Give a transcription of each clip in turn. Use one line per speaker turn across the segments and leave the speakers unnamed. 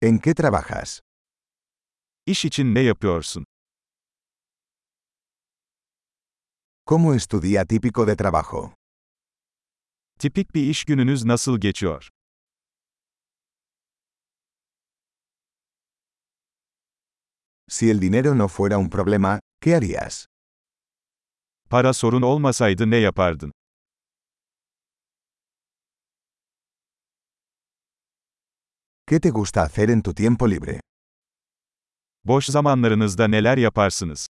¿En qué trabajas?
İş için ne yapıyorsun?
¿Cómo es tu día típico de trabajo?
Tipik bir iş gününüz nasıl geçiyor?
Si el dinero no fuera un problema, ¿qué harías?
Para sorun olmasaydı ne yapardın?
¿Qué te gusta hacer en tu tiempo libre?
Boş zamanlarınızda neler yaparsınız?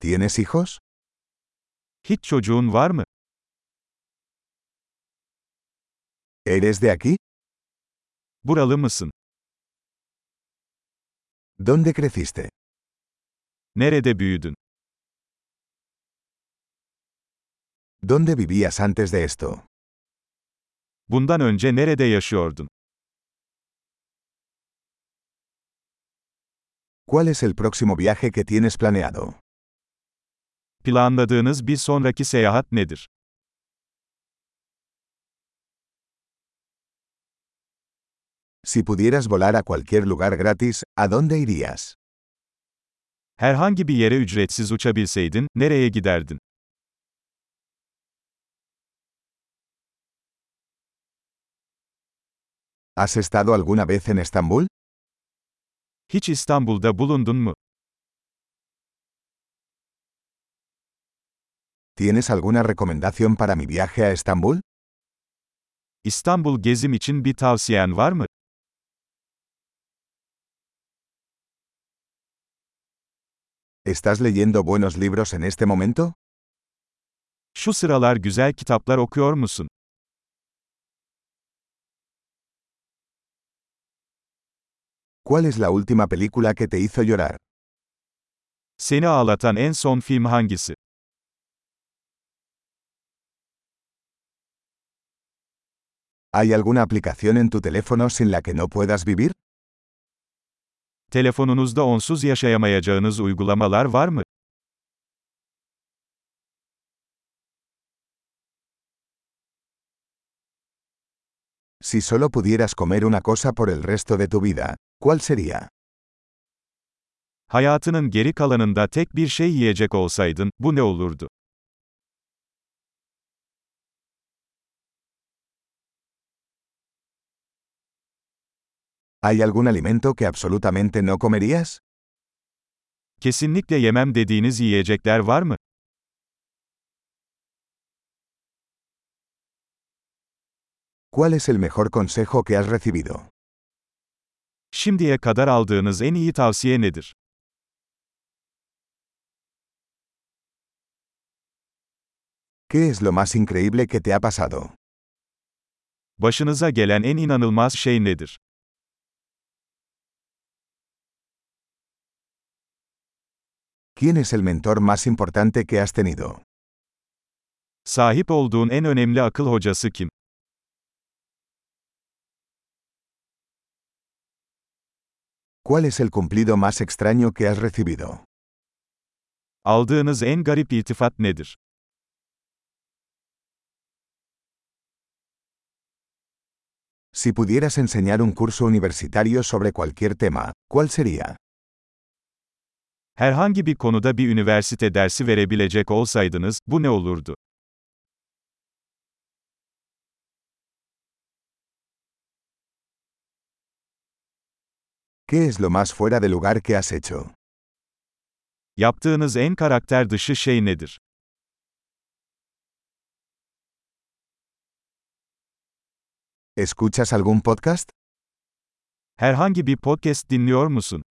¿Tienes hijos?
Hiç çocuğun var mı?
¿Eres de aquí?
Buralı mısın?
¿Dónde creciste?
Nerede büyüdün?
¿Dónde vivías antes de esto?
Bundan önce nerede yaşıyordun?
¿Cuál es el próximo viaje que tienes planeado?
Planladığınız bir sonraki seyahat nedir?
Si pudieras volar a cualquier lugar gratis, ¿a dónde irías?
Herhangi bir yere ücretsiz uçabilseydin, nereye giderdin?
¿Has estado alguna vez en Estambul?
Hiç İstanbul'da bulundun mu?
¿Tienes alguna recomendación para mi viaje a Estambul?
İstanbul gezim için bir tavsiyen var mı?
¿Estás leyendo buenos libros en este momento?
Şu sıralar güzel kitaplar okuyor musun?
¿Cuál es la última película que te hizo llorar?
Seni ağlatan en son film hangisi?
¿Hay alguna aplicación en tu teléfono sin la que no puedas vivir?
Telefonunuzda onsuz yaşayamayacağınız uygulamalar var mı?
Si solo pudieras comer una cosa por el resto de tu vida, ¿cuál sería?
Hayatının geri kalanında tek bir şey yiyecek olsaydın, bu ne olurdu?
¿Hay algún alimento que absolutamente no comerías?
Kesinlikle yemem dediğiniz yiyecekler var mı?
¿Cuál es el mejor consejo que has recibido?
Şimdiye kadar aldığınız en iyi tavsiye nedir?
¿Qué es lo más increíble que te ha pasado?
Başınıza gelen en inanılmaz şey nedir?
¿Quién es el mentor más importante que has tenido?
Sahip olduğun en önemli akıl hocası kim?
¿Cuál es el cumplido más extraño que has recibido?
Aldığınız en garip iltifat nedir?
Si pudieras enseñar un curso universitario sobre cualquier tema, ¿cuál sería?
Herhangi bir konuda bir üniversite dersi verebilecek olsaydınız, bu ne olurdu?
¿Qué es lo más fuera de lugar que has hecho?
Yaptığınız en karakter dışı şey nedir?
¿Escuchas algún podcast?
Herhangi bir podcast dinliyor musun?